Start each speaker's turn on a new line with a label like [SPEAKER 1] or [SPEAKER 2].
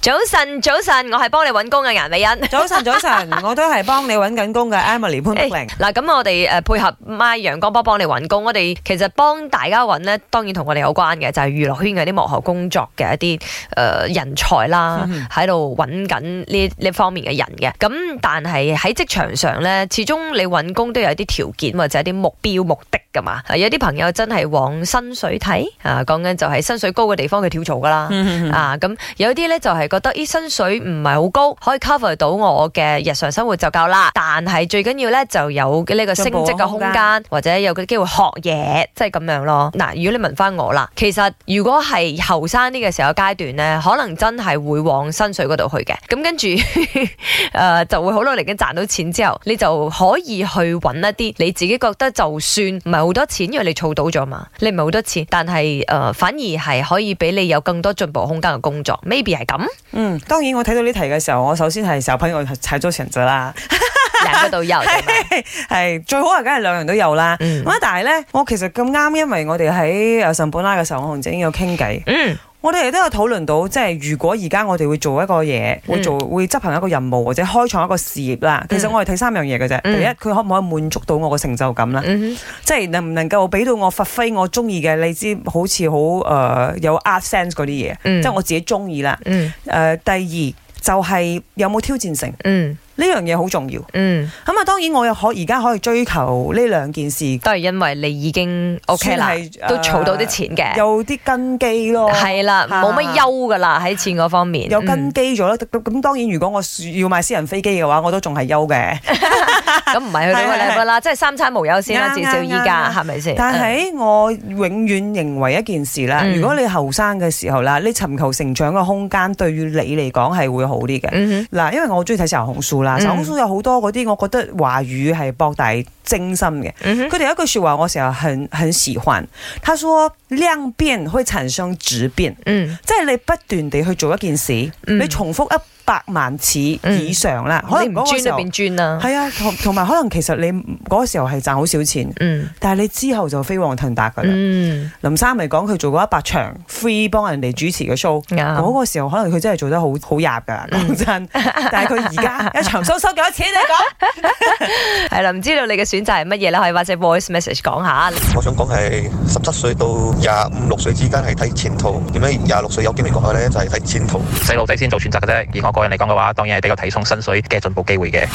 [SPEAKER 1] 早晨，早晨，我係幫你揾工嘅顏美欣。
[SPEAKER 2] 早晨，早晨，我都係幫你揾緊工嘅 Emily 潘
[SPEAKER 1] 誒
[SPEAKER 2] 碧玲。
[SPEAKER 1] 嗱，咁我哋誒呃配合 My 陽光幫幫你揾工，我哋其實幫大家揾咧，當然同我哋有關嘅，就係娛樂圈嘅啲幕後工作嘅一啲誒、呃人才啦
[SPEAKER 2] 嗯，
[SPEAKER 1] 喺度揾緊呢呢方面嘅人嘅。咁但係喺職場上咧，始終你揾工都有啲條件或者一啲目標目的㗎嘛。啊有啲朋友真係往薪水睇啊，講緊就係薪水高嘅地方佢跳槽㗎啦。
[SPEAKER 2] 啊
[SPEAKER 1] 啊，咁有啲咧就係覺得咦薪水唔係好高，可以 cover 到我嘅日常生活就夠啦。但係最緊要咧就有呢個升職嘅空
[SPEAKER 2] 進步嘅空
[SPEAKER 1] 間，或者有個機會學嘢，即係咁樣咯。嗱，如果你問翻我啦，其實如果係後生啲嘅時候階段咧，可能真係會往薪水嗰度去嘅。咁跟住誒、就會好努力咁賺到錢之後，你就可以去揾一啲你自己覺得就算唔係好多錢，因為你儲到咗嘛，你唔係好多錢，但係誒、呃反而係可以俾你有更多進步空間嘅工作，maybe 係咁，
[SPEAKER 2] 嗯，當然我睇到呢題嘅時候，我首先係小朋 友踩咗成隻啦，
[SPEAKER 1] 兩個都有，對嗎
[SPEAKER 2] 係最好係梗係兩樣都有 啦。
[SPEAKER 1] 嗯
[SPEAKER 2] 咁啊，但係咧，我其實咁啱，因為我哋喺呃誒上半拉嘅時候，我同鄭英有傾偈，
[SPEAKER 1] 嗯
[SPEAKER 2] 我哋亦都有討論到，即係如果而家我哋會做一個嘢，
[SPEAKER 1] 嗯
[SPEAKER 2] 會做會執行一個任務或者開創一個事業啦。其實我係睇三樣嘢嘅啫。
[SPEAKER 1] 嗯
[SPEAKER 2] 第一，佢可唔可以滿足到我嘅成就感啦？
[SPEAKER 1] 嗯
[SPEAKER 2] 即係能唔能夠俾到我發揮我中意嘅？你知好似好誒有 art sense 嗰啲嘢，
[SPEAKER 1] 嗯
[SPEAKER 2] 即係我自己中意啦。
[SPEAKER 1] 嗯
[SPEAKER 2] 誒、第二就係、有冇挑戰性呢
[SPEAKER 1] 嗯
[SPEAKER 2] 樣嘢好重要。
[SPEAKER 1] 嗯，
[SPEAKER 2] 咁啊，當然我又可而家可以追求呢兩 件事
[SPEAKER 1] 都係因為你已經 OK 啦
[SPEAKER 2] 算，係
[SPEAKER 1] 都儲到啲
[SPEAKER 2] 誒
[SPEAKER 1] 錢嘅，
[SPEAKER 2] 有啲根 基咯。
[SPEAKER 1] 係啦，
[SPEAKER 2] 啊
[SPEAKER 1] 冇乜憂噶啦喺錢嗰方面，
[SPEAKER 2] 有
[SPEAKER 1] 嗯
[SPEAKER 2] 根基咗啦，咁咁當然，如果我要買私人飛機嘅話，我都仲係 憂嘅。
[SPEAKER 1] 咁唔係去到個
[SPEAKER 2] 係係
[SPEAKER 1] level 啦，即係三餐無憂先啦，
[SPEAKER 2] 啱
[SPEAKER 1] 至少依家
[SPEAKER 2] 啱啱
[SPEAKER 1] 係咪先？
[SPEAKER 2] 但係我永遠認為一件事啦，
[SPEAKER 1] 嗯
[SPEAKER 2] 如果你後生嘅時候啦，你尋求成長嘅空間對於你嚟講係會好 啲嘅。
[SPEAKER 1] 嗯
[SPEAKER 2] 嗱，因為我好中意睇小紅書啦，
[SPEAKER 1] 嗯
[SPEAKER 2] 小紅書有好多嗰啲，我覺得華語係博大精深嘅。
[SPEAKER 1] 嗯哼
[SPEAKER 2] 佢哋有一句說話，我成日很很喜歡，他說量變會產生質 變，
[SPEAKER 1] 嗯
[SPEAKER 2] 即係你不斷地去做一件事，
[SPEAKER 1] 嗯
[SPEAKER 2] 你重複一百萬次以上啦，可
[SPEAKER 1] 哼，你
[SPEAKER 2] 能
[SPEAKER 1] 唔
[SPEAKER 2] 嗰個
[SPEAKER 1] 專
[SPEAKER 2] 時
[SPEAKER 1] 就
[SPEAKER 2] 候
[SPEAKER 1] 變專啦，
[SPEAKER 2] 係啊，同同埋可能其實你嗰個時候係賺好 少錢，
[SPEAKER 1] 嗯
[SPEAKER 2] 但係你之後就飛黃騰達㗎啦。
[SPEAKER 1] 嗯
[SPEAKER 2] 林生咪講佢做過一百場 free 幫人哋主持嘅 show。嗰
[SPEAKER 1] 啱，
[SPEAKER 2] 個時候可能佢真係做得好好入㗎，講真。但係佢而家一場 show 收幾多錢你啊講？
[SPEAKER 1] 係啦，唔知道你嘅選擇係乜嘢啦，可以或者 voice message 講下。
[SPEAKER 3] 我想講係十七歲到廿五六歲之間係睇前途，點解廿六歲有經歷過嘅咧？就係、睇前途。
[SPEAKER 4] 細路仔先做選擇嘅啫。而我個人嚟講嘅話，當然係比較睇重薪水嘅進步機會嘅。